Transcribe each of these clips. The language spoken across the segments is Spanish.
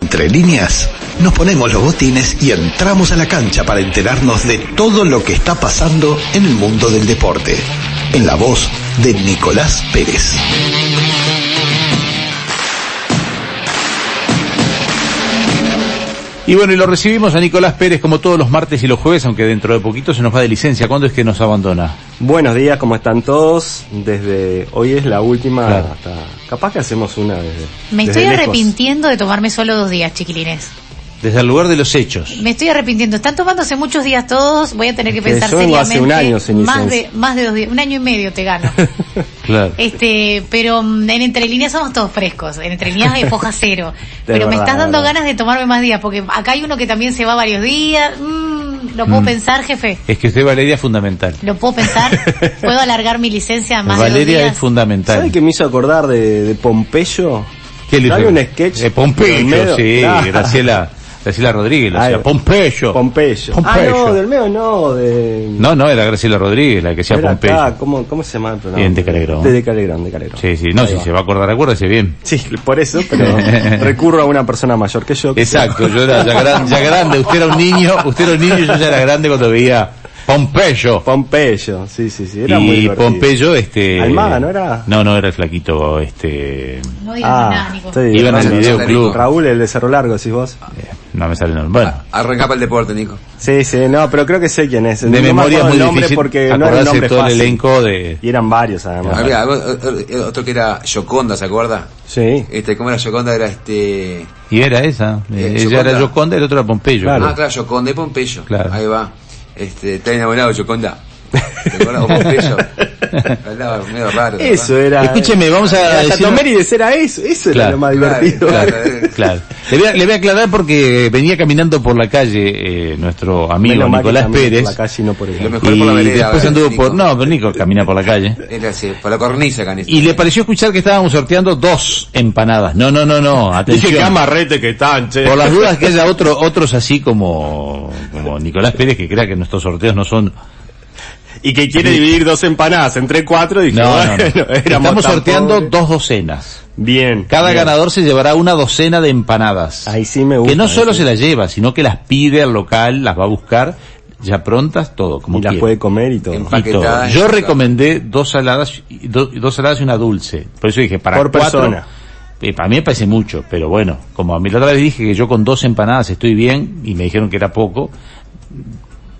Entre líneas, nos ponemos los botines y entramos a la cancha para enterarnos de todo lo que está pasando en el mundo del deporte. En la voz de Nicolás Pérez. Y bueno, y lo recibimos a Nicolás Pérez como todos los martes y los jueves, aunque dentro de poquito se nos va de licencia. ¿Cuándo es que nos abandona? Buenos días, ¿cómo están todos? Desde hoy es la última claro. hasta... Capaz que hacemos una desde... Me desde estoy arrepintiendo de tomarme solo dos días, chiquilines. Desde el lugar de los hechos. Me estoy arrepintiendo. Están tomándose muchos días todos. Voy a tener que pensar yo seriamente. hace un año sin más de licencia. más de dos días, un año y medio te gano. Claro. Este, pero mm, en entre líneas somos todos frescos. En entre líneas es foja cero. De pero me verdad, estás de dando verdad. ganas de tomarme más días porque acá hay uno que también se va varios días. Mm, lo puedo pensar, jefe. Es que usted, Valeria, es fundamental. Lo puedo pensar. Puedo alargar mi licencia a más de dos Valeria días. es fundamental. ¿Sabe que me hizo acordar de, de Pompeyo? ¿Qué le ¿No hay hizo? un sketch? Eh, Pompeyo, Olmedo? sí, Ah. Graciela, Graciela Rodríguez, lo Ay, hacía. Pompeyo. Pompeyo. Pompeyo. Ah, no, del medio no, de... No, no, era Graciela Rodríguez la que hacía Era Pompeyo. acá, ¿cómo, ¿Cómo se llama el programa? Y en Decalegrón. De Decalegrón, Decalegrón. Sí, sí, no, Ahí si va. se va a acordar, acuérdese bien. Sí, por eso, pero recurro a una persona mayor que yo. que- Exacto, yo era ya, gran- ya grande, usted era un niño, usted era un niño, yo ya era grande cuando veía Pompeyo. Pompeyo, sí, sí, sí, era muy y divertido. Pompeyo, este... Almada, ¿no era? No, no, era el flaquito, este... No digas Ah, nada, Nico. sí, Iban al Raúl- videoclub. Raúl, Ah, el de Cerro Largo, decís vos. No me sale el nombre. Bueno, Arrancaba el deporte, Nico. Sí, sí, no, pero creo que sé quién es. de No me memoria es acuerdo muy el nombre difícil porque no era un acordarse nombre todo el fácil. elenco de... Y eran varios, además. Había algo- o- o- otro que era Yoconda, ¿se acuerda? Sí. Este, ¿Cómo era Yoconda? Era este... Y era esa, Eh, ella era Gioconda. Yoconda y el otro era Pompeyo. Claro. Ah, claro, Yoconda y Pompeyo. Claro. Ahí va. Este, está enamorado Yoconda. ¿Te acuerdas? O Pompeyo. Hablaba medio raro. ¿te Eso acordás? era. eh, Escúcheme, vamos a Era decir- Chatomérides, era eso, eso era Claro, lo más claro, divertido. Claro, Claro. claro. Le voy, a, le voy a aclarar porque venía caminando por la calle eh, nuestro amigo Menos mal que Nicolás también Pérez. por la calle y no por el- Lo mejor Y por la vereda. después ¿verdad, anduvo Nico? por... No, pero Nico camina por la calle. Era así, por la cornisa, canista. Y le pareció escuchar que estábamos sorteando dos empanadas. No, no, no, no. Atención. amarrete que están, che. Por las dudas que haya otro, otros así como, como Nicolás Pérez que crea que nuestros sorteos no son... Y que quiere dividir dos empanadas entre cuatro, dije, No, no, no. bueno, éramos Estamos tan sorteando pobres. dos docenas. Bien. Cada bien. ganador se llevará una docena de empanadas. Ahí sí me gusta. que no ahí solo sí. se las lleva, sino que las pide al local, las va a buscar ya prontas, todo, como Y las quiera. puede comer y todo. En- Y todo. Paquetadas, Yo claro. recomendé dos saladas, y do- dos saladas y una dulce. Por eso dije, para Por cuatro, persona. eh, para mí me parece mucho, pero bueno, como a mí la otra vez dije que yo con dos empanadas estoy bien y me dijeron que era poco,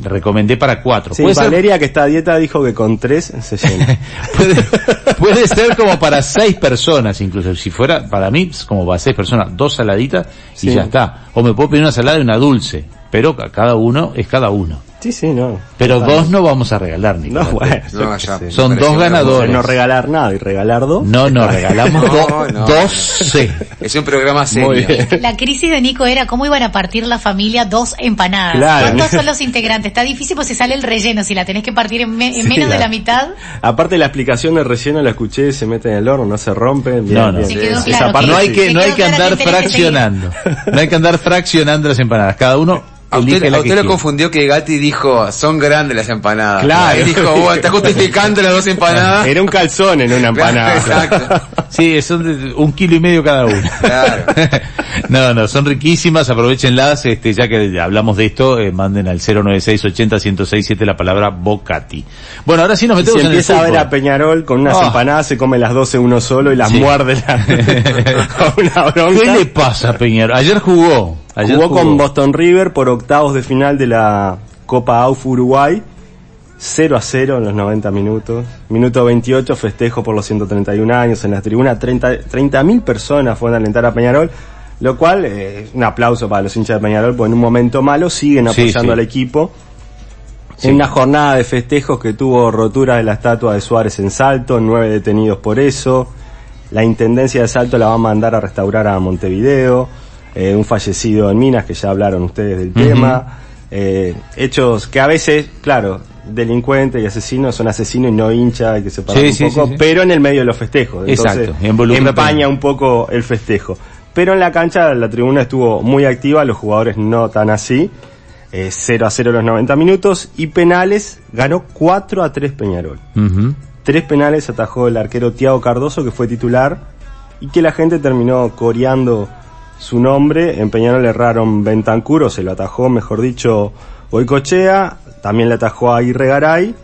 recomendé para cuatro. Sí, Puede ser- Valeria que está a dieta dijo que con tres se llena. puede, puede ser como para seis personas, incluso si fuera para mí, es como para seis personas, dos saladitas y Sí. ya está. O me puedo pedir una salada y una dulce, pero ca- cada uno es cada uno. sí, sí, no. Pero Ah, dos no vamos a regalar, No, Nicolás. bueno. No, allá. Son Parecía dos una ganadores. cosa. No regalar nada y regalar dos. No, no, regalamos No, do- no. doce. Es un programa serio. La crisis de Nico era cómo iban a partir la familia dos empanadas. Claro. ¿Cuántos son los integrantes? Está difícil porque se sale el relleno. Si la tenés que partir en, me- en Sí, menos de la- la mitad, Aparte la explicación del relleno la escuché, se mete en el horno, no se rompe. bien, No, no. bien. se quedó sí, claro. esa parte no hay sí. que, se no hay quedó que claro andar tenés que seguir. fraccionando. No hay que andar fraccionando las empanadas. Cada uno A elige usted, la a que usted lo quiere. confundió que Gatti dijo, son grandes las empanadas. Claro. Él dijo, "Vos, está justificando las dos empanadas. Era un calzón en una empanada. Exacto. Sí, son de un kilo y medio cada uno. Claro. no, no, son riquísimas, aprovechenlas, este, ya que hablamos de esto, eh, manden al 096 80 1067 la palabra Bocati. Bueno, ahora sí nos Si metemos en el empieza a ver fútbol. a Peñarol con unas Ah. empanadas, se come las 12 uno solo y las Sí. muerde la- con una bronca. ¿Qué le pasa a Peñarol? Ayer jugó. Ayer jugó, con Boston River por octavos de final de la Copa AUF Uruguay. 0 a 0 en los 90 minutos. Minuto 28, festejo por los 131 años en las tribunas. 30 30.000 personas fueron a alentar a Peñarol. Lo cual, eh, un aplauso para los hinchas de Peñarol, porque en un momento malo siguen Sí, sí. apoyando al equipo. En una jornada de festejos que tuvo rotura de la estatua de Suárez en Salto, nueve detenidos por eso. La Intendencia de Salto la va a mandar a restaurar a Montevideo. Eh, un fallecido en Minas, que ya hablaron ustedes del tema. Eh, hechos que a veces, claro, delincuentes y asesinos son asesinos y no hincha, hay que separarlo Sí, un sí, poco, sí, sí. pero en el medio de los festejos. Entonces, Exacto, involucra- empaña un poco el festejo. Pero en la cancha la tribuna estuvo muy activa, los jugadores no tan así. Eh, 0 a 0 los 90 minutos y penales ganó 4 a 3 Peñarol. Ujú. Tres penales atajó el arquero Tiago Cardoso que fue titular y que la gente terminó coreando su nombre. En Peñarol le erraron Bentancur, o se lo atajó, mejor dicho, Boicochea. También le atajó a Aguirre Garay.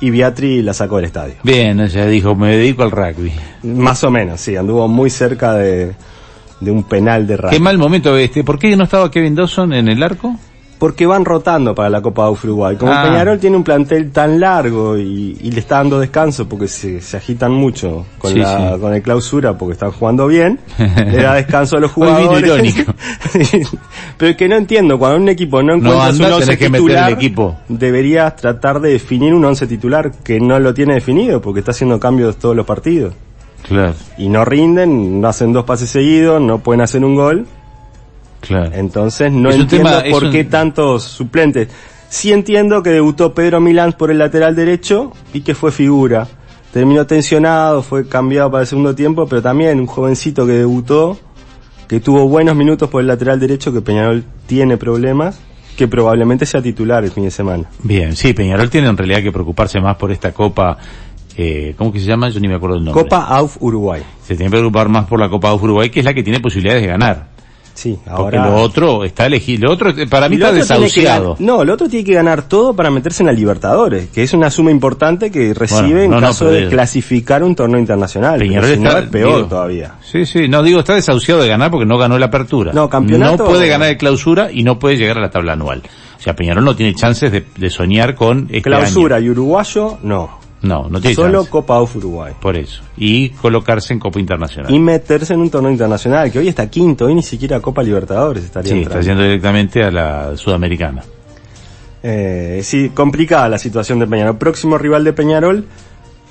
Y Beatri la sacó del estadio. Bien, ella dijo, me dedico al rugby. Más o menos, sí, anduvo muy cerca de, de un penal de rugby. Qué mal momento este. ¿Por qué no estaba Kevin Dawson en el arco? Porque van rotando para la Copa de Uruguay. Como Ah. Peñarol tiene un plantel tan largo y, y le está dando descanso porque se, se agitan mucho con, Sí, la, sí. con el clausura porque están jugando bien, le da descanso a los Hoy vino jugadores. irónico. Pero es que no entiendo, cuando un equipo no encuentra anda, su once tenés que meter titular, el equipo. deberías tratar de definir un once titular que no lo tiene definido porque está haciendo cambios todos los partidos. Claro, Y no rinden, no hacen dos pases seguidos, no pueden hacer un gol. claro. Entonces no Es un entiendo tema- es por un- qué tantos suplentes. Sí entiendo que debutó Pedro Milán por el lateral derecho y que fue figura. Terminó tensionado, fue cambiado para el segundo tiempo, pero también un jovencito que debutó, que tuvo buenos minutos por el lateral derecho, que Peñarol tiene problemas, que probablemente sea titular el fin de semana. Bien, sí, Peñarol tiene en realidad que preocuparse más por esta copa, eh, ¿cómo que se llama? Yo ni me acuerdo el nombre. Copa AUF Uruguay. Se tiene que preocupar más por la Copa de Uruguay, que es la que tiene posibilidades de ganar. Sí, Porque ahora... lo otro está elegido, lo otro eh, para mí Y lo está otro tiene que desahuciado. gan- no, el otro tiene que ganar todo para meterse en la Libertadores, que es una suma importante que recibe Bueno, en no, no, caso pero- de clasificar un torneo internacional. pero Peñarol si no, está- es peor digo- todavía. Sí, sí, no digo, está desahuciado de ganar porque no ganó la apertura. No, campeonato- No puede ganar de clausura y no puede llegar a la tabla anual. O sea, Peñarol no tiene chances de, de soñar con este Clausura y uruguayo, no. año. No, no tiene Solo chances. Copa UF Uruguay. Por eso. Y colocarse en Copa Internacional. Y meterse en un torneo internacional, que hoy está quinto, hoy ni siquiera Copa Libertadores estaría sí, está entrando. yendo directamente a la Sudamericana. Eh, sí, complicada la situación de Peñarol. Próximo rival de Peñarol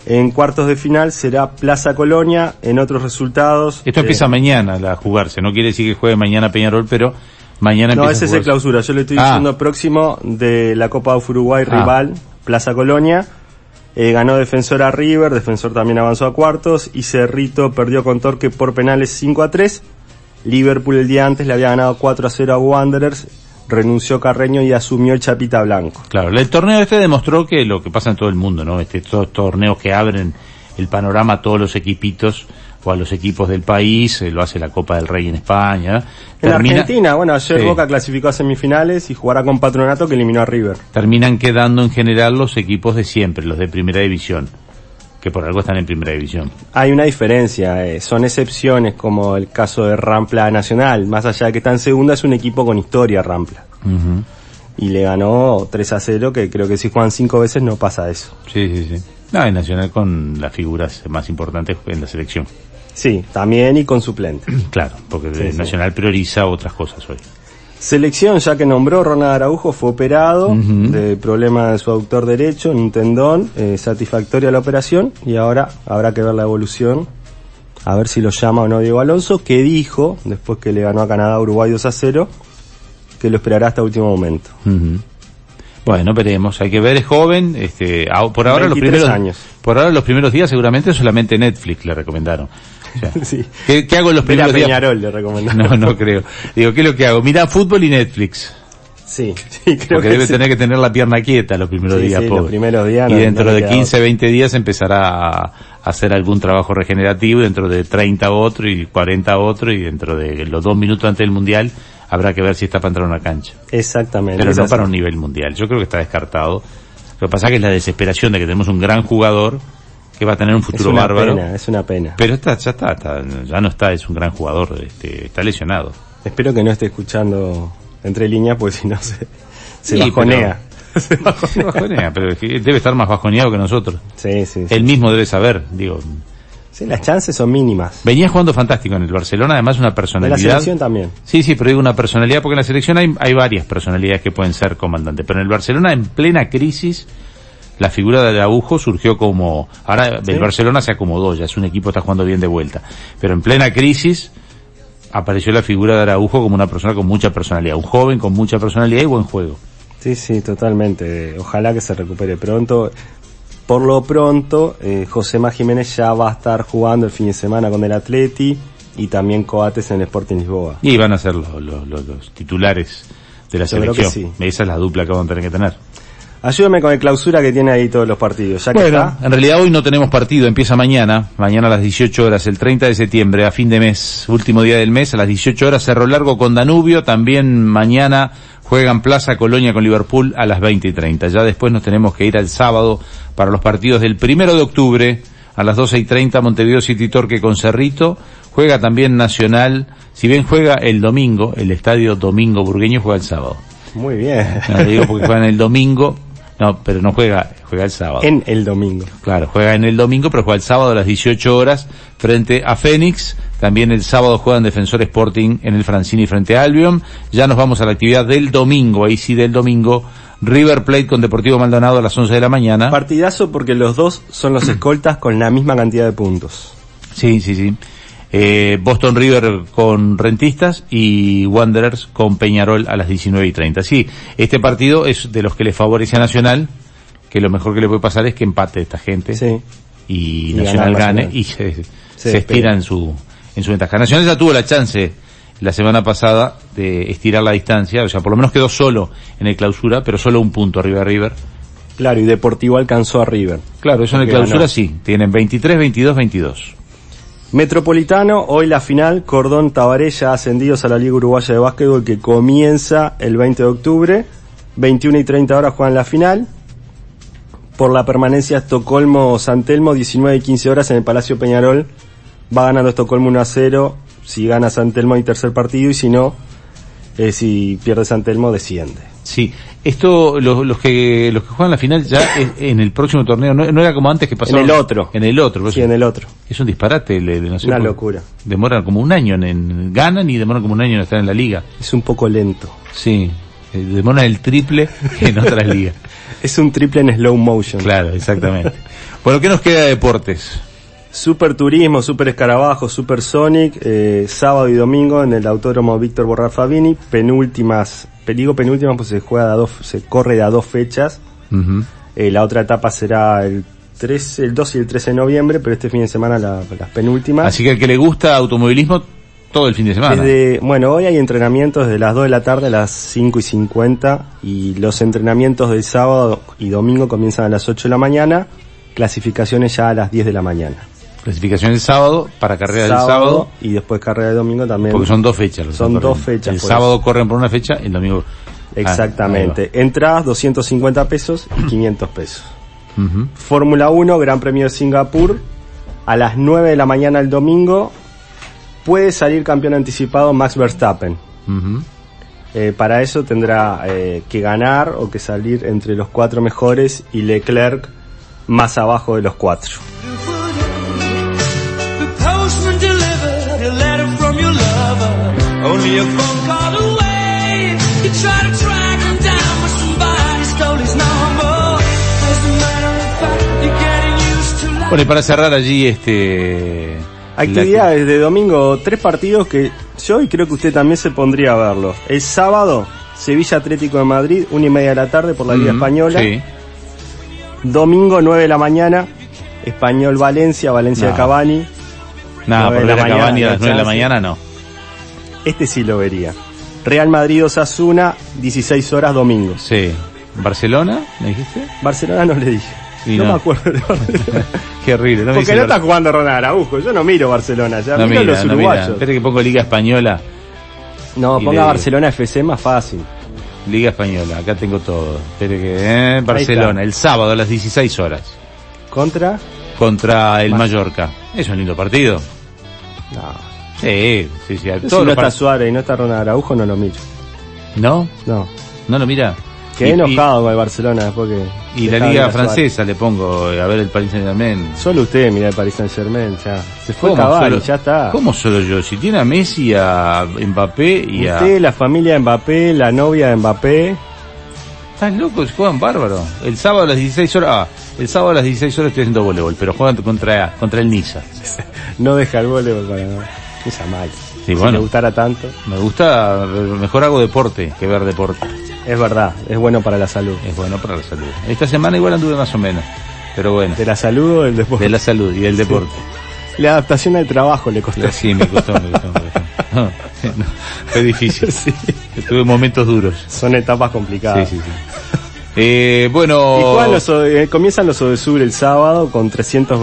en cuartos de final será Plaza Colonia. En otros resultados... Esto eh, empieza mañana la- a jugarse. No quiere decir que juegue mañana Peñarol, pero mañana No, empieza ese a es jugarse. el clausura. Yo le estoy Ah. diciendo próximo de la Copa de Uruguay, Ah. rival, Plaza Colonia. Eh, ganó Defensor a River, Defensor también avanzó a cuartos y Cerrito perdió con Torque por penales 5 a 3. Liverpool el día antes le había ganado 4 a 0 a Wanderers, renunció Carreño y asumió el Chapita Blanco. Claro, el torneo este demostró que lo que pasa en todo el mundo, ¿no? Este, estos torneos que abren el panorama a todos los equipitos o a los equipos del país, eh, lo hace la Copa del Rey en España. En Termina- Argentina, bueno, ayer Sí. Boca clasificó a semifinales y jugará con Patronato que eliminó a River. Terminan quedando en general los equipos de siempre, los de primera división, que por algo están en primera división. Hay una diferencia, eh, son excepciones como el caso de Rampla Nacional, más allá de que está en segunda, es un equipo con historia Rampla. Ujú. Y le ganó 3 a 0, que creo que si juegan 5 veces no pasa eso. Sí, sí, sí. No, y Nacional con las figuras más importantes en la selección. Sí, también y con suplente. Claro, porque Sí, eh, sí. Nacional prioriza otras cosas hoy. Selección, ya que nombró Ronald Araujo, fue operado de problema de su autor derecho en un tendón, eh, satisfactoria la operación y ahora habrá que ver la evolución, a ver si lo llama o no Diego Alonso, que dijo, después que le ganó a Canadá Uruguay 2 a 0, que lo esperará hasta último momento. Ujú. Bueno, veremos, hay que ver, es joven, este, au- por ahora los 23 primeros años. por ahora los primeros días seguramente solamente Netflix le recomendaron. O sea, Sí. ¿qué, qué hago en los Ver a primeros días? Peñarol le recomendamos. No, no creo. Digo, ¿qué es lo que hago? Mira fútbol y Netflix, Sí, sí, creo porque que debe sí. tener que tener la pierna quieta los primeros Sí, días, sí, pobre. los primeros días Y no- dentro no le de queda 15, 20 días empezará a hacer algún trabajo regenerativo, dentro de 30 otro y 40 otro y dentro de los dos minutos antes del mundial habrá que ver si está para entrar a una cancha. Exactamente. pero es no así. para un nivel mundial. Yo creo que está descartado. Lo que pasa es que es la desesperación de que tenemos un gran jugador que va a tener un es futuro una bárbaro. pena, eh. es una pena. Pero está, ya está, está- ya no está, es un gran jugador, este, está lesionado. Espero que no esté escuchando entre líneas, porque si no se, Sí, se bajonea. Se bajonea, pero es que debe estar más bajoneado que nosotros. Sí, sí. sí. Él mismo debe saber, digo. Sí, las chances son mínimas. Venía jugando fantástico en el Barcelona, además una De personalidad. la selección también. Sí, sí, pero digo una personalidad, porque en la selección hay, hay varias personalidades que pueden ser comandantes, pero en el Barcelona en plena crisis, la figura de Araujo surgió como, ahora el Barcelona se acomodó, ya es un equipo que está jugando bien de vuelta, pero en plena crisis apareció la figura de Araujo como una persona con mucha personalidad, un joven con mucha personalidad y buen juego. Sí, sí, totalmente. Ojalá que se recupere pronto. Por lo pronto, eh, José Má Jiménez ya va a estar jugando el fin de semana con el Atleti y también Coates en el Sporting Lisboa. Y van a ser los, los- los- los titulares de la Yo creo que selección. Esa es la dupla que van a tener que tener. Ayúdame con el clausura que tiene ahí todos los partidos. Ya que Bueno, está, en realidad hoy no tenemos partido, empieza mañana, mañana a las 18 horas, el 30 de septiembre, a fin de mes, último día del mes, a las 18 horas, Cerro Largo con Danubio, también mañana juegan Plaza Colonia con Liverpool a las 20 y 30. Ya después nos tenemos que ir al sábado para los partidos del primero de octubre, a las 12 y 30, Montevideo City Torque con Cerrito, juega también Nacional, si bien juega el domingo, el estadio Domingo Burgueño juega el sábado. muy bien. No, le Ah, digo porque juegan el domingo, no, pero no juega, juega el sábado. en el domingo. Claro, juega en el domingo, pero juega el sábado a las 18 horas frente a Fénix. También el sábado juegan Defensor Sporting en el Francini frente a Albion. Ya nos vamos a la actividad del domingo, ahí sí del domingo. River Plate con Deportivo Maldonado a las 11 de la mañana. Partidazo porque los dos son los escoltas con la misma cantidad de puntos. Sí, sí, sí. Eh, Boston River con Rentistas y Wanderers con Peñarol a las 19 y 30. Sí, este partido es de los que le favorece a Nacional, que lo mejor que le puede pasar es que empate esta gente Sí. y, Y Nacional ganar gane Nacional. y se, se despega. estira en su, en su ventaja. Nacional ya tuvo la chance la semana pasada de estirar la distancia, o sea, por lo menos quedó solo en el clausura, pero solo un punto arriba de River. Claro, y Deportivo alcanzó a River. Claro, eso en el Porque clausura ganó. sí, tienen 23, 22, 22. Metropolitano, hoy la final, Cordón Tabaré ya ascendidos a la Liga Uruguaya de Básquetbol que comienza el 20 de octubre. 21 y 30 horas juegan la final. Por la permanencia Estocolmo-San Telmo, 19 y 15 horas en el Palacio Peñarol. Va ganando Estocolmo 1 a 0. Si gana San Telmo hay tercer partido y si no, eh, si pierde San Telmo desciende. Sí, esto los, los que los que juegan la final ya es- en el próximo torneo no, no era como antes que pasaba el otro. en el otro, Sí, en el otro. es un disparate, le- le- no sé Una por- locura. Demoran como un año en, en- ganan y demoran como un año en estar en la liga. Es un poco lento. Sí, eh, demoran el triple que en otras ligas. Es un triple en slow motion. Claro, exactamente. Bueno, ¿qué nos queda de deportes? Super Turismo, Super Escarabajo, Super Sonic, eh, sábado y domingo en el Autódromo Víctor Borrar Fabini, penúltimas, pe- digo penúltimas pues se juega de a dos, se corre de a dos fechas, Ujú. Eh, la otra etapa será el 13, el 2 y el 13 de noviembre, pero este fin de semana la- las penúltimas. Así que al que le gusta automovilismo todo el fin de semana. Desde- bueno, hoy hay entrenamientos desde las 2 de la tarde a las 5 y 50 y los entrenamientos del sábado y domingo comienzan a las 8 de la mañana, clasificaciones ya a las 10 de la mañana. Clasificación el sábado para carrera del sábado. y después carrera de domingo también. Porque son dos fechas. los que Son corren. dos fechas, pues. El por sábado eso. corren por una fecha, el domingo. Ah, Exactamente. Entradas 250 pesos y 500 pesos. ahí va. Ujú. Fórmula 1, Gran Premio de Singapur, a las 9 de la mañana el domingo, puede salir campeón anticipado Max Verstappen. Ujú. Eh, para eso tendrá eh, que ganar o que salir entre los cuatro mejores y Leclerc más abajo de los cuatro. The postman delivered a letter from your lover. Only a phone call away. You try to track him down, but somebody stole his number. As a matter of fact, you're getting used to life. Bueno, y para cerrar allí este... la- Actividades de domingo, tres partidos que yo y creo que usted también se pondría a verlos. El sábado, Sevilla Atlético de Madrid, una y media de la tarde por la Liga Ujú, Española. Sí. Domingo, 9 de la mañana, Español Valencia, Valencia No. Cabani. Nada, Nueve por de ver la a mañana, Cavani a no las 9 de la chance. mañana no. Este sí lo vería. Real Madrid Osasuna, 16 horas domingos. Sí. ¿Barcelona? ¿Me dijiste? Barcelona no le dije. Y no, no. me acuerdo de Barcelona. Qué horrible. No me Porque dice no Bar- está jugando Ronald Araujo. Yo no miro Barcelona, ya No miro mira, los no mira. uruguayos. Espera que pongo Liga Española. No, Y ponga le- Barcelona FC más fácil. Liga Española, acá tengo todo. Espere que... eh, Barcelona, está. el sábado a las 16 horas. Contra. Contra el Mallorca. Es un lindo partido. No. Sí, sí, sí. Yo todos si no los está par- Suárez y no está Ronald Araujo, no lo miro. ¿No? No. ¿No lo mira? Quedé Y- y- enojado con el Barcelona después que... Y, la dejaron Liga a Suárez. Francesa le pongo, eh, a ver el Paris Saint-Germain. Solo usted mira el Paris Saint Germain, ya. Se fue Cavani, solo, ya está. ¿Cómo solo yo? Si tiene a Messi, a Mbappé y a... Usted, la familia de Mbappé, la novia de Mbappé. ¿Estás loco? Juegan bárbaro. El sábado a las 16 horas... Ah, el sábado a las 16 horas estoy haciendo voleibol, pero juegan contra, contra el Niza. No deja el voleibol para nada. Esa mal. si bueno. le gustara tanto. Me gusta, eh, mejor hago deporte que ver deporte. Es verdad, es bueno para la salud. Es bueno para la salud. Esta semana igual anduve más o menos, pero bueno. De la salud o del deporte. De la salud y del deporte. La adaptación al trabajo le costó. Sí, me costó, me costó, me costó. No, no, fue difícil. Tuve momentos duros. Son etapas complicadas. Sí, sí, sí. Eh, bueno. Y juegan los O- eh, comienzan los Odesur el sábado con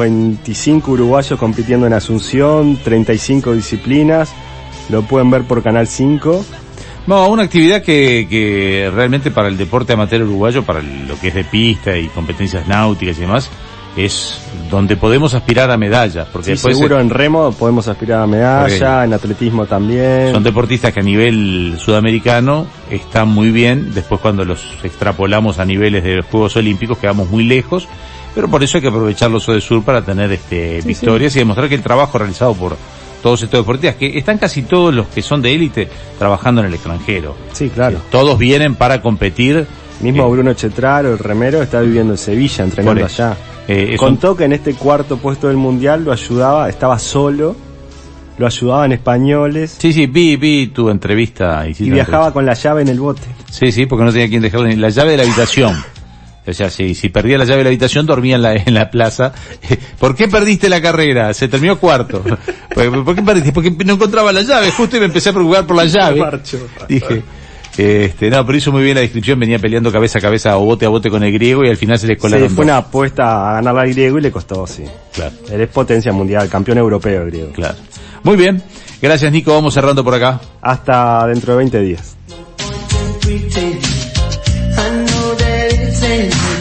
325 uruguayos compitiendo en Asunción, 35 disciplinas. Lo pueden ver por Canal 5. No, una actividad que, que realmente para el deporte amateur uruguayo, para el- lo que es de pista y competencias náuticas y demás, es donde podemos aspirar a medallas, porque Sí, después seguro eh, en remo podemos aspirar a medalla, en atletismo también. son deportistas que a nivel sudamericano están muy bien, después cuando los extrapolamos a niveles de los Juegos Olímpicos quedamos muy lejos, pero por eso hay que aprovechar los de Sur para tener este, victorias y demostrar que el trabajo realizado por todos estos deportistas, que están casi todos los que son de élite trabajando en el extranjero. Sí, claro. Todos vienen para competir. Mismo Eh, Bruno Chetraro, el remero, está viviendo en Sevilla, entrenando Por eso. allá. Eh, es Contó que en este cuarto puesto del mundial lo ayudaba, estaba solo, lo ayudaban españoles Sí, sí, vi, vi tu entrevista. hiciste y una viajaba con la llave en el bote. entrevista. Sí, sí, porque no tenía quien dejarlo. ni La llave de la habitación. O sea, si, si perdía la llave de la habitación, dormía en la, en la plaza. ¿Por qué perdiste la carrera? Se terminó cuarto. ¿Por, por qué perdiste? Porque no encontraba la llave. Justo y me empecé a preocupar por la llave. Dije, este, no, pero hizo muy bien la descripción. Venía peleando cabeza a cabeza o bote a bote con el griego y al final se le Sí, colaron fue dos. una apuesta a ganar al griego y le costó, sí. Claro, Él es potencia mundial, campeón europeo el griego. claro. Muy bien. Gracias, Nico. Vamos cerrando por acá. Hasta dentro de 20 días. pretend. I know that it's ending.